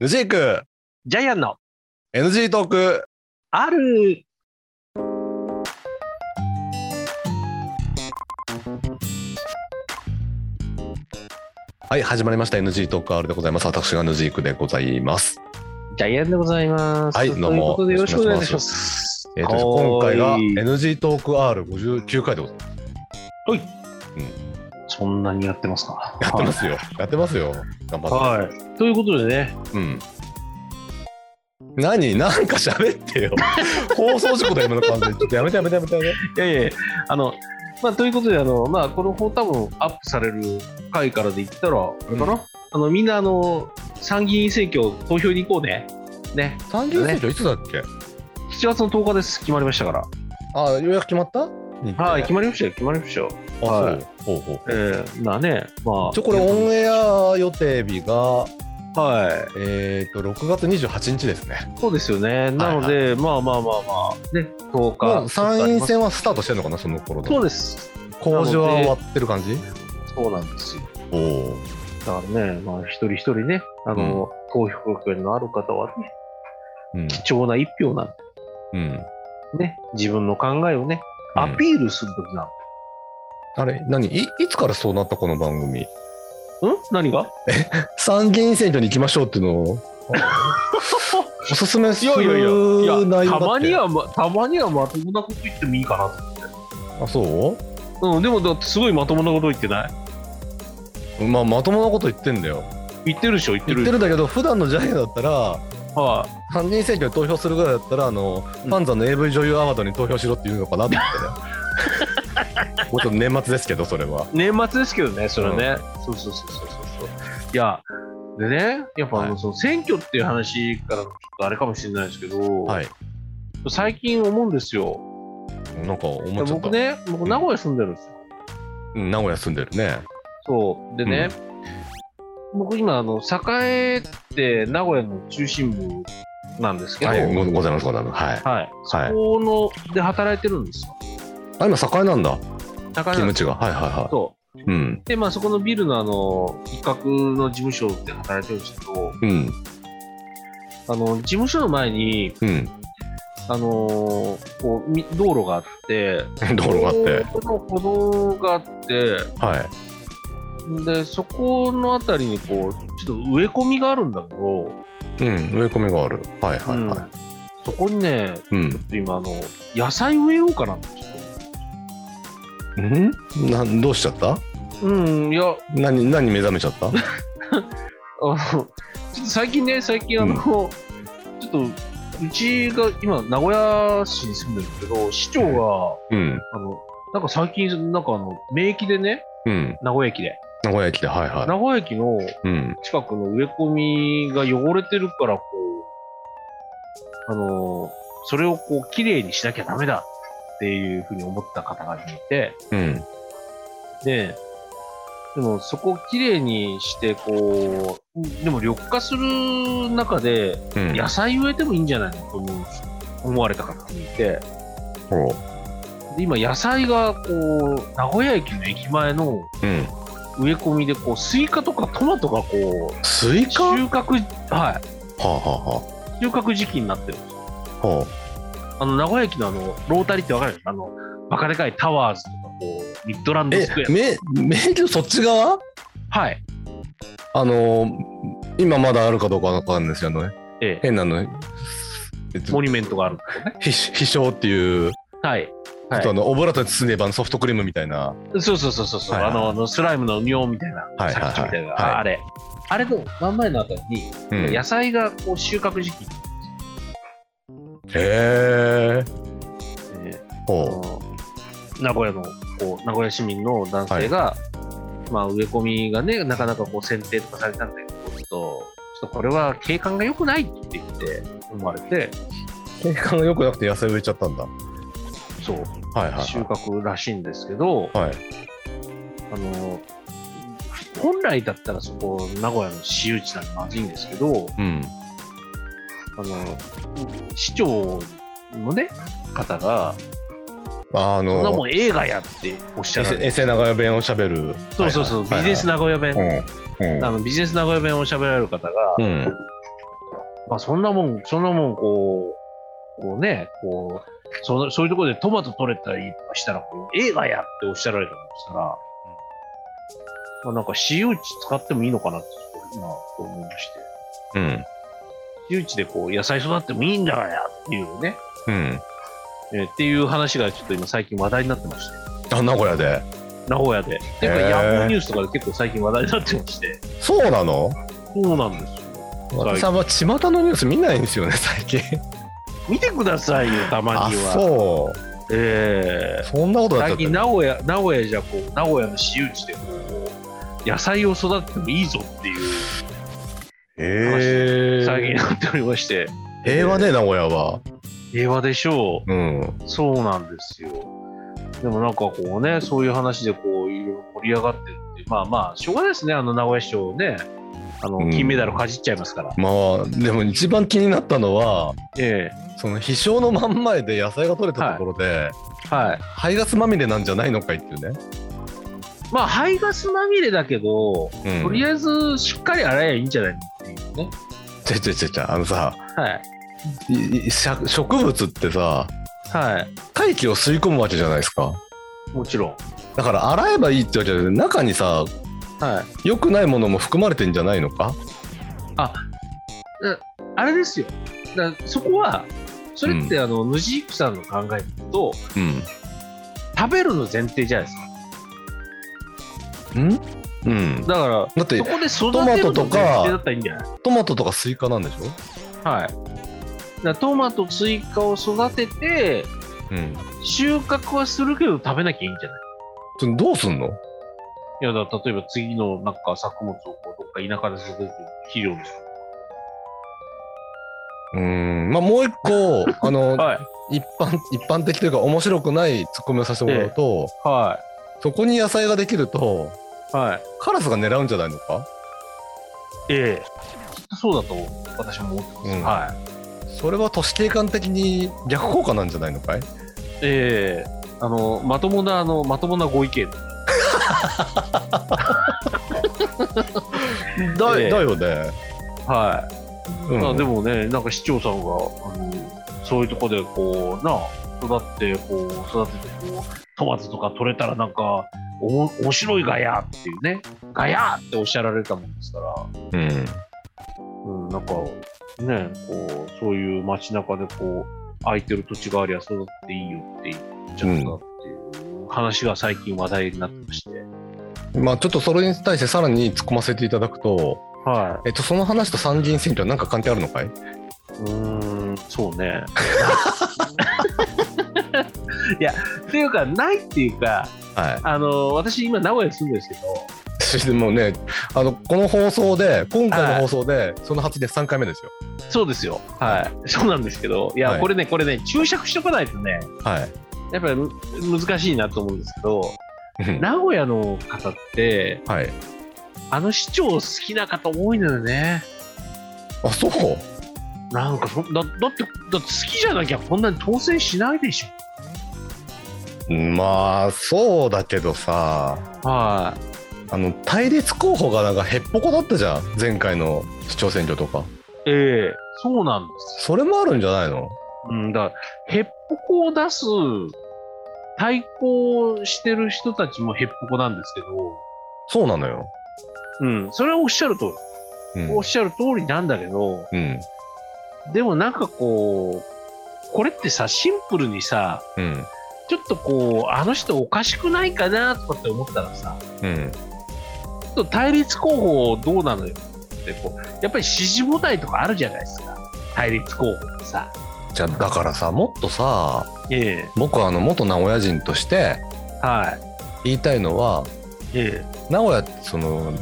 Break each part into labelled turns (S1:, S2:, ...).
S1: ヌジーク
S2: ジャイアンの
S1: NG トーク
S2: ある
S1: はい始まりました NG トーク R でございます私がヌジークでございます
S2: ジャイアンでございます。
S1: はいどうも
S2: ということでよろしくお願いします。
S1: えーと今回が
S2: はーい
S1: NG トーク R59 回でございます
S2: はいそんなにやってますか。
S1: やってますよやってますよ頑張っ
S2: はい。はい。ということでね、
S1: てうん何なんか喋って よ放送事故だよ今の感じちょっとやめてやめてやめてやめて
S2: いやいや、あの、まあ、ということで、あの、まあ、この方多分アップされる回からで言ったら、あれかなあの、みんな、あの、参議院選挙投票に行こうね。ね。
S1: 30選挙いつだっけ
S2: 7月の10日です。決まりましたから。
S1: あようやく決まった
S2: はい、決
S1: ま
S2: まりましたよ。決まりましたよ。
S1: あそう、
S2: はい
S1: ほうほう
S2: えー、なあね、まあ。
S1: ちょこれオンエア予定日が
S2: はい。
S1: えっ、と6月28日ですね
S2: そうですよね。なので、まあまあまあまあ、ね、10日。
S1: もう参院選はスタートしてるのかなその頃で
S2: そうです。
S1: 工事は終わってる感じ
S2: そうなんですよ。
S1: おお
S2: だからね、まあ、一人一人ね、あの、投票権のある方はね、
S1: うん
S2: 貴重な一票なん
S1: うん
S2: でね、自分の考えをね、ア
S1: うん
S2: ピールするときなん
S1: あれ何いいつからそうなったこの番組
S2: で。ん何が
S1: 参議院選挙に行きましょうっていうの をおすすめす
S2: いやいやい
S1: る
S2: や
S1: 内容だって
S2: たまには、ま、たまにはまともなこと言ってもいいかな
S1: あそ
S2: と。うん、でも、だってすごいまともなこと言ってないう
S1: まあまともなこと言ってんだよ
S2: 言ってるでしょ、言って
S1: 言
S2: る。
S1: ってるんだけど普段のジャイアンだったら
S2: は
S1: 参議院選挙に投票するぐらいだったらあの、
S2: うん。
S1: パンザの AV 女優アワードに投票しろって言うのかなと思ってねもうちょっと年末ですけどそれはい
S2: 年末ですけどね、それね。そうそうそうそうそう。いや、でね、やっぱあの、
S1: はい
S2: その選挙っていう話からちょっとあれかもしれないですけど、
S1: はい
S2: 最近思うんですよ。
S1: なんか思っちゃった
S2: 僕ね、僕、名古屋住んでるんですよ。
S1: うん名古屋住んでるね
S2: そう。でね、僕今、あの、栄って名古屋の中心部なんですけど、
S1: は、
S2: はいい。
S1: ごございます、ございます。はい。
S2: そ
S1: はい
S2: この、で働いてるんですよ。
S1: あ、今、栄なんだ、
S2: 高
S1: キ
S2: い
S1: ムチが。はいはいは
S2: そ
S1: い。うん
S2: う。。で、まあ、そこのビルの、あの、一角の事務所で働いてるんですけど、
S1: うん。
S2: あの、事務所の前に、
S1: うん。
S2: あのーこう、み道路があって、
S1: 道路があって。
S2: この歩道があって、
S1: はい。
S2: で、そこのあたりに、こう、ちょっと植え込みがあるんだけど、
S1: うん。植え込みがある。はいはいは
S2: そこにね、
S1: い。うん。
S2: 今あの野菜植えようかなってちょ
S1: うん、なんどうしちゃった
S2: っとうんいやあ
S1: 何何目覚めちゃった
S2: のちょっと最近ね最近あ
S1: う
S2: の、
S1: ん
S2: ちょっとうちが今名古屋市に住んでるんですけど市長が
S1: うん
S2: あのなんか最近なんかあの名駅でね
S1: うん
S2: 名古屋駅で
S1: 名古屋駅ではいは
S2: 名古屋駅の
S1: いうん
S2: 近くの植え込みが汚れてるからこうあのそれをこう綺麗にしなきゃダメだっていうふうに思った方がいて、
S1: うん
S2: で、でもそこをきれいにして、こう、でも緑化する中で、
S1: うん
S2: 野菜植えてもいいんじゃないのと思う思われた方がいて、
S1: ほ
S2: で今、野菜が、こう、名古屋駅の駅前の
S1: ううん
S2: 植え込みで、こう、スイカとかトマトが、こう、
S1: スイ
S2: 収
S1: カは
S2: 穫、は、
S1: あはい
S2: 収穫時期になってるんですよ。
S1: あはあは
S2: あの、名古屋駅のあの、ロータリーってわかるでしょあの、バカでかいタワーズとか、こう、ミッドラン
S1: あ
S2: ド
S1: え
S2: スクエ
S1: め名義そっち側
S2: ア。はい。
S1: あのー今まだあるかどうかわかんないですけどね
S2: ええ、
S1: 変なのえっと
S2: モニュメントがあるんですよね。
S1: 飛飛翔っていう
S2: はい。はい
S1: ちょっとあのオブラートに包んでばソフトクリームみたいな。
S2: そうそうそうそうそう、
S1: はいはい
S2: あのあのスライムの尿みたいな、
S1: はいはいはい
S2: さっきみたいな、
S1: はい
S2: ああれ、あれの真ん前のあたりに、
S1: うん、へ
S2: 野菜がこう収穫時期、
S1: え。
S2: えーあ
S1: ほ
S2: の名古屋のこう名古屋市民の男性が、まあ、植え込みがね、なかなかこう剪定とかされたんだけど、ちょっと、ちょっとこれは景観が良くないって言って思われ
S1: う。
S2: て、
S1: 景観が良くなくて野菜植えちゃったんだ。は
S2: そう、
S1: いはい
S2: 収
S1: は
S2: 穫らしいんですけど、
S1: い。はい。
S2: あの本来だったらそこ、名古屋の私有地なんでまずいんですけど、
S1: うん。
S2: あの、市長のね、方が、
S1: あ
S2: そんなも
S1: の
S2: ん映画やっておっしゃ
S1: エ
S2: られ
S1: セ
S2: て、
S1: エセ長屋弁をしゃべる。
S2: そうそうそう、ビジネス
S1: な。
S2: 名古屋弁、
S1: うん。うん
S2: あのビジネス名古屋弁を喋られる方が、
S1: うん。
S2: まあ、そんなもん、そんなもん、こう、こうね、こう、そのそういうところでトマト取れたりとかしたら、こう映画やっておっしゃられたとしたら、まあ、なんか私有地使ってもいいのかなって、まあ、と思いまして。
S1: うん。
S2: 私有地でこう、野菜育ってもいいんだからやっていうね、
S1: うん。
S2: えーっていう話がちょっと今最近話題になってまして、
S1: あ、名古屋で。
S2: 名古屋で。で、これ
S1: へー
S2: ヤフーニュースとかで結構最近話題になってまして、
S1: そうなの
S2: そうなんですよ。
S1: 私はあんま巷のニュース見ないんですよね、最近。
S2: 見てくださいよ、たま
S1: あ、
S2: には。
S1: そ
S2: え
S1: う。
S2: ー
S1: そんなことだっちゃ
S2: 最
S1: っ
S2: 近
S1: た。
S2: 名古屋、名古屋じゃこう、名古屋の私有地でこう、野菜を育ててもいいぞっていう、
S1: へー
S2: 最近になっておりまして、
S1: 平和ね、名古屋は。
S2: 平和でしょう。
S1: うん。
S2: そうなんですよ。でもなんかこうね、そういう話でこう、いろいろ盛り上がってるって、まあまあ、しょうがないですね、あの名古屋市長ね、あの
S1: うん
S2: 金メダルかじっちゃいますから。
S1: まあ、でも一番気になったのは、
S2: え
S1: その飛翔の真ん前で野菜が取れたところで、
S2: えはい。
S1: 排ガスまみれなんじゃないのかいっていうね。
S2: まあ、排ガスまみれだけど、
S1: うん
S2: とりあえずしっかり洗えばいいんじゃないっていうね。
S1: ちょちょちょちょ、あのさ、
S2: はい。
S1: いいしゃ植物ってさ、
S2: は
S1: 大気を吸い込むわけじゃないですか。
S2: い。もちろん。
S1: だから洗えばいいってわけじゃなくて、中にさ、
S2: はい。
S1: 良くないものも含まれてんじゃないのか
S2: あれですよ。だからそこは、それって、あの、ヌジークさんの考えと、
S1: うん。
S2: 食べるの前提じゃないですか。
S1: んうん。
S2: だから、
S1: だって
S2: そ、こで育て
S1: トマト
S2: る
S1: と
S2: の前
S1: か
S2: 提だったらいいんじゃない
S1: トマトとかスイカなんでしょ
S2: はい。だからトマト、スイカを育てて、
S1: うん。
S2: 収穫はするけど食べなきゃいいんじゃない
S1: それどうすんの
S2: いや、だから例えば次のなんか作物をこうどっか田舎で育てて肥料にする。
S1: うーん。まあ、もう一 個、あの、
S2: はい。
S1: 一般、一般的というか面白くないツッコミをさせてもらうと、
S2: は
S1: そこに野菜ができると、
S2: い。はい。
S1: カラスが狙うんじゃないのか
S2: ええ。きっとそうだと私も思ってます。
S1: うん
S2: はい。
S1: それは都市景観的に逆効果なんじゃないのかい
S2: ええあの、まともな、あの、まともなご意見。
S1: だ,、
S2: ええ
S1: だよね。
S2: はい。
S1: うん
S2: まあでもね、なんか市長さんが、あのそういうとこでこう、なあ、育って、こう、育てて、こう、トマトとか取れたらなんか、おも面白いガヤっていうね、ガヤっておっしゃられたもんですから、
S1: うん。
S2: うん、なんか、ね、こう、そういう街中でこう、空いてる土地がありゃ育っていいよって言っちゃったっていう話が最近話題になってまして、
S1: まあちょっとそれに対してさらに突っ込ませていただくと、
S2: は
S1: えっと、その話と参議院選挙は何か関係あるのかい
S2: い。うーん、そうね。 いや、っていうか、ないっていうか、
S1: は
S2: あの私、今、名古屋に住んでるんですけど、
S1: い。そしてもう ね、あの、この放送で、今回の放送で、その発言3回目ですよ。
S2: そうですよ、はい、そうなんですけど、いや、
S1: はい
S2: これね、これね、注釈しとかないとね、
S1: はい。
S2: やっぱりむ難しいなと思うんですけど、
S1: うん
S2: 名古屋の方って、
S1: はい。
S2: あの市長好きな方多いのよね、
S1: あ、そう
S2: なんかそだ、だって、だって好きじゃなきゃこんなに当選しないでし
S1: まあ、そうだけどさ、
S2: ょ。は
S1: あの、対立候補がなんかへっぽこだったじゃん。前回の市長選挙とか。
S2: い、ええそうなんです
S1: それもあるんじゃないの
S2: うん、だから、へっぽこを出す、対抗してる人たちもへっぽこなんですけど、
S1: そうなのよ。
S2: うん、それはおっしゃると
S1: うん。
S2: おっしゃる通りなんだけど、
S1: うん。
S2: でもなんかこう、これってさ、シンプルにさ、
S1: うん。
S2: ちょっとこう、あの人おかしくないかなとかって思ったらさ、
S1: うん。
S2: ちょっと対立候補どうなのよってこう、やっぱり支持母体とかあるじゃないですか、対立候補ってさ。
S1: じゃあ、だからさ、もっとさ、
S2: え
S1: 僕はあの、元名古屋人として
S2: えはい。
S1: 言いたいのは、
S2: え
S1: 名古屋ってその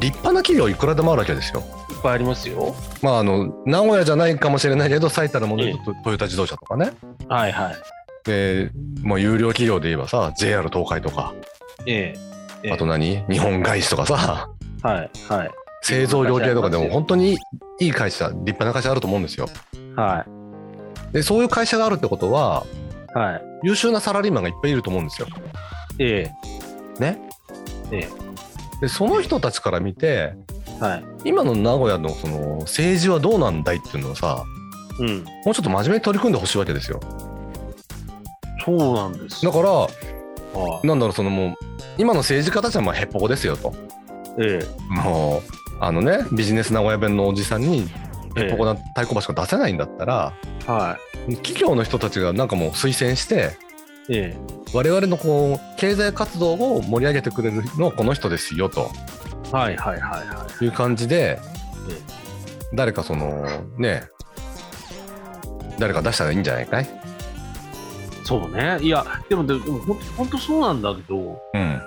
S1: 立派な企業いくらでもあるわけですよ。
S2: えいっぱいありますよ。
S1: まああの名古屋じゃないかもしれないけど最たるもので言うとトトヨタ自動車とかね。
S2: はいはい。
S1: でもう有料企業で言えばさ JR 東海とか
S2: ええええ
S1: あと何日本外資とかさ
S2: はいはい。
S1: 製造業系とかでも
S2: いい会社ありますよ
S1: 本当にいい会社立派な会社あると思うんですよ。
S2: は。
S1: でそういう会社があるってことはい
S2: はい。
S1: 優秀なサラリーマンがいっぱいいると思うんですよ。
S2: ええ
S1: でその人たちから見て
S2: えはい。
S1: 今の名古屋のその政治はどうなんだいっていうのをさ
S2: う
S1: も
S2: ん。
S1: うちょっと真面目に取り組んでほしいわけですよ
S2: そうなんです
S1: だ
S2: よ。
S1: から
S2: はい
S1: なんだろうそのもう今の政治家たちはまあへっぽこですよと
S2: え
S1: もうあのねビジネス名古屋弁のおじさんに
S2: え。
S1: へっぽこな対抗馬しか出せないんだったら
S2: は
S1: 企業の人たちがなんかもう推薦して
S2: い。え
S1: 我々のこう経済活動を盛り上げてくれるのはこの人ですよと
S2: え。はいはいはいは
S1: いう感じで誰かそのね誰か出したらいいんじゃないかい
S2: い。そうね。いや、でも、でも、ほんとほんとそうなんだけど、
S1: うん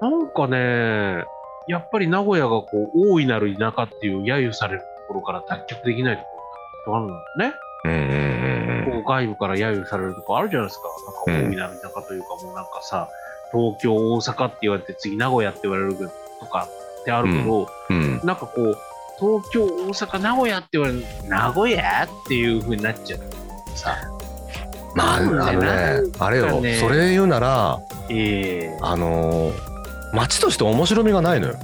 S2: なんかね、やっぱり名古屋がこう、大いなる田舎っていう揶揄されるところから脱却できないところがきっとあるんだろうね。
S1: うんうんうんうん
S2: こう外部から揶揄されるとこあるじゃないですか。なんか大いなる田舎というか、もうなんかさ、東京、大阪って言われて、次名古屋って言われるとかってあるけど、
S1: うん
S2: なんかこう、東京、大阪、名古屋って言われる、名古屋っていう風になっちゃう。さ、
S1: まああ
S2: なん
S1: の
S2: でなん
S1: ねあれよ
S2: なんで
S1: それ言うなら
S2: え
S1: あのー街として面白みがないのよ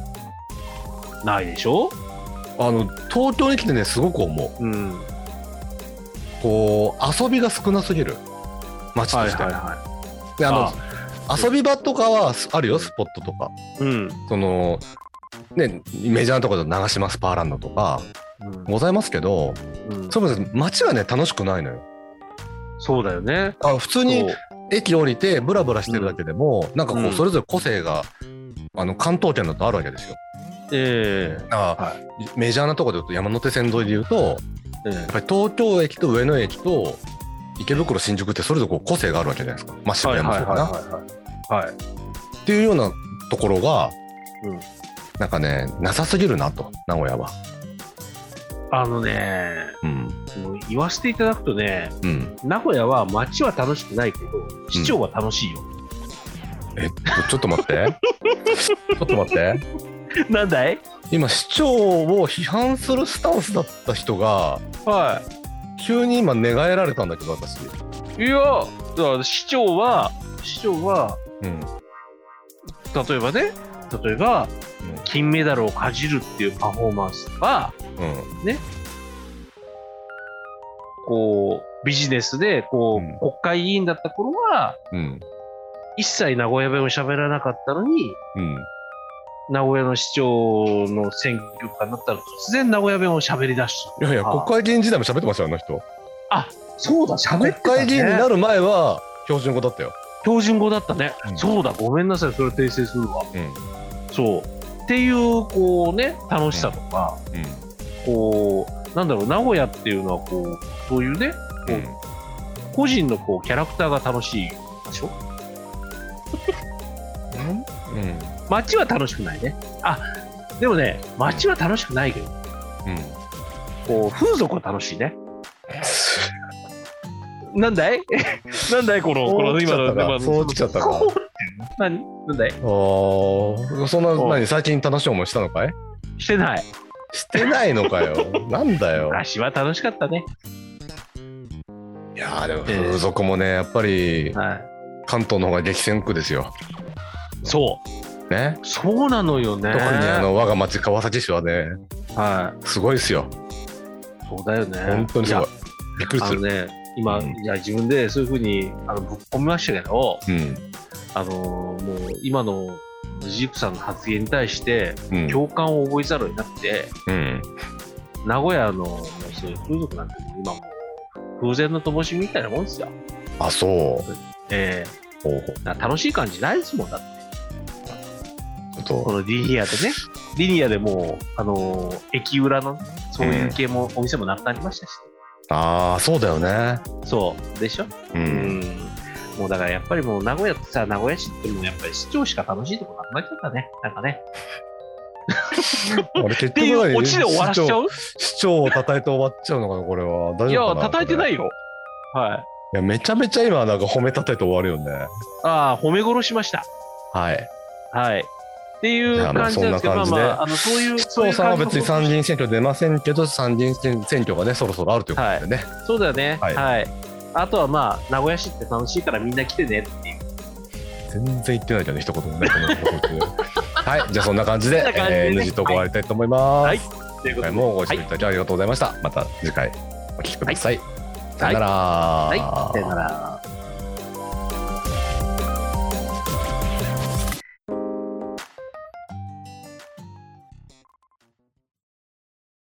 S2: ー、ないでしょ
S1: あの東京に来てねすごく思う
S2: うん。
S1: こう遊びが少なすぎる街と
S2: はい
S1: して、
S2: はいは
S1: であの
S2: あ
S1: 遊び場とかはすあるよスポットとか
S2: い。うん。
S1: そのねメジャーなところで長島スパーランドとか
S2: うん
S1: ございますけど
S2: うん
S1: そもそも街はね楽しくないのよ
S2: そうだよね。
S1: あ普通に
S2: そう
S1: 駅降りてブラブラしてるだけでも、なんかこ
S2: う
S1: うんそれぞれ個性が、あの関東圏だとあるわけですよ
S2: え
S1: だから、
S2: は
S1: メジャーなところで言うと山手線沿いで言うと
S2: ええ
S1: やっぱり東京駅と上野駅と池袋新宿ってそれぞれこう個性があるわけじゃないですか、まあ、
S2: え
S1: 渋谷もそうかな。っ
S2: いはいはい。はい。
S1: ていうようなところが、
S2: うん
S1: なんかねなさすぎるなと名古屋は。
S2: あのね、
S1: うん
S2: もう言わせていただくとね、
S1: うん、
S2: 名古屋は街は楽しくないけど、市長は楽しいよ。
S1: えっとちょっと待って ちょっと待って
S2: なんだい
S1: 今市長を批判するスタンスだった人が
S2: は
S1: 急に今寝返られたんだけど私。
S2: い。いや、だから市長は、市長は、
S1: うん
S2: 例えばね、例えば、金メダルをかじるっていうパフォーマンスは、
S1: うんうん
S2: こう、ビジネスで、こ
S1: う
S2: う、
S1: ん
S2: 国会議員だった頃は、
S1: うん
S2: 一切名古屋弁を喋らなかったのに、
S1: うん
S2: 名古屋の市長の選挙区になったら突然名古屋弁を喋り出し
S1: いやいや
S2: あ
S1: 国会議員時代も喋ってましたよあの人、
S2: た。そうだ、喋
S1: 国
S2: ってた、ね。
S1: 会議員になる前は標準語だったよ、
S2: 標準語だったね、
S1: うん
S2: そうだごめんなさいそれは訂正するわ
S1: うん
S2: そうっていうこうね楽しさとか、こうなんだろう名古屋っていうのはこうそういうね
S1: うん
S2: 個人のこうキャラクターが楽しい場所
S1: うん
S2: 街は楽しくないねあでもね街は楽しくないけど
S1: うん
S2: こう風俗は楽しいねな んだいなんだいこのこの今の今の
S1: そう来ちゃったか
S2: そう何なんだい
S1: あーそんな
S2: そう
S1: 何最近楽しい思いしたのかい
S2: してない
S1: してないのか よなんだよ
S2: 昔は楽しかったね
S1: いやーでも風俗もねやっぱり
S2: はい
S1: 関東の方が激戦区ですよ
S2: そ
S1: ね
S2: うそうなのよね
S1: 特にあの我が町川崎市はね
S2: はい
S1: すごいですよ
S2: そうだよね。
S1: 本当にすごいびっくり
S2: や
S1: す
S2: あの
S1: る
S2: ね、今、
S1: うん
S2: いや自分でそういうふうにあのぶっ込みましたけど、
S1: うん
S2: あのーもう今のジークさんの発言に対して、
S1: うん
S2: 共感を覚えざるを得なくて、
S1: うん
S2: 名古屋のもうそういう風俗なんて、今もう風前の灯火みたいなもんですよ。
S1: あそう
S2: え
S1: ほうほう
S2: ー、だから楽しい感じないですもんだって、
S1: ちょっ
S2: ことのリニアでね、リニアでもう、あのー駅裏のそういう系も、お店もなくなりましたし、
S1: ああそうだよね
S2: そう、でしょ
S1: う
S2: うんんもうだからやっぱりもう名古屋ってさ、名古屋市ってもうやっぱり市長しか楽しいとこなくなっちゃったね。なんかね。
S1: 俺結
S2: っていうオチで終わらしちゃう
S1: 市長を叩いて終わっちゃうのかなこれは大
S2: い
S1: 丈夫
S2: や
S1: か、な
S2: 叩いてないいよ。はい。
S1: いやめちゃめちゃ今なんか褒め叩いて終わるよね
S2: ああ、褒め殺しました。
S1: はい
S2: はい。っていう感じなんですけど、
S1: いやまあそんな感
S2: まあま
S1: じで
S2: あ、あの、そういう、
S1: 市
S2: そうい
S1: 長
S2: う
S1: さんは
S2: 感じの
S1: 別に参議院選挙出ませんけど参議院選挙がねそろそろあるということでね、
S2: そうだよね。
S1: は
S2: はいい。あとはまあ、名古屋市って楽しいからみんな来てねっていう。
S1: 全然言ってないけどね一言もねこの放送中 はい、じゃあそんな感じで
S2: そんな感じで
S1: えー
S2: ね
S1: NG 投稿終わりたいと思います。
S2: はいという
S1: 今
S2: こと
S1: 回
S2: で
S1: もご視聴いただきありがとうございました。また次回お聞きください。さよなら。
S2: はい、さよなら。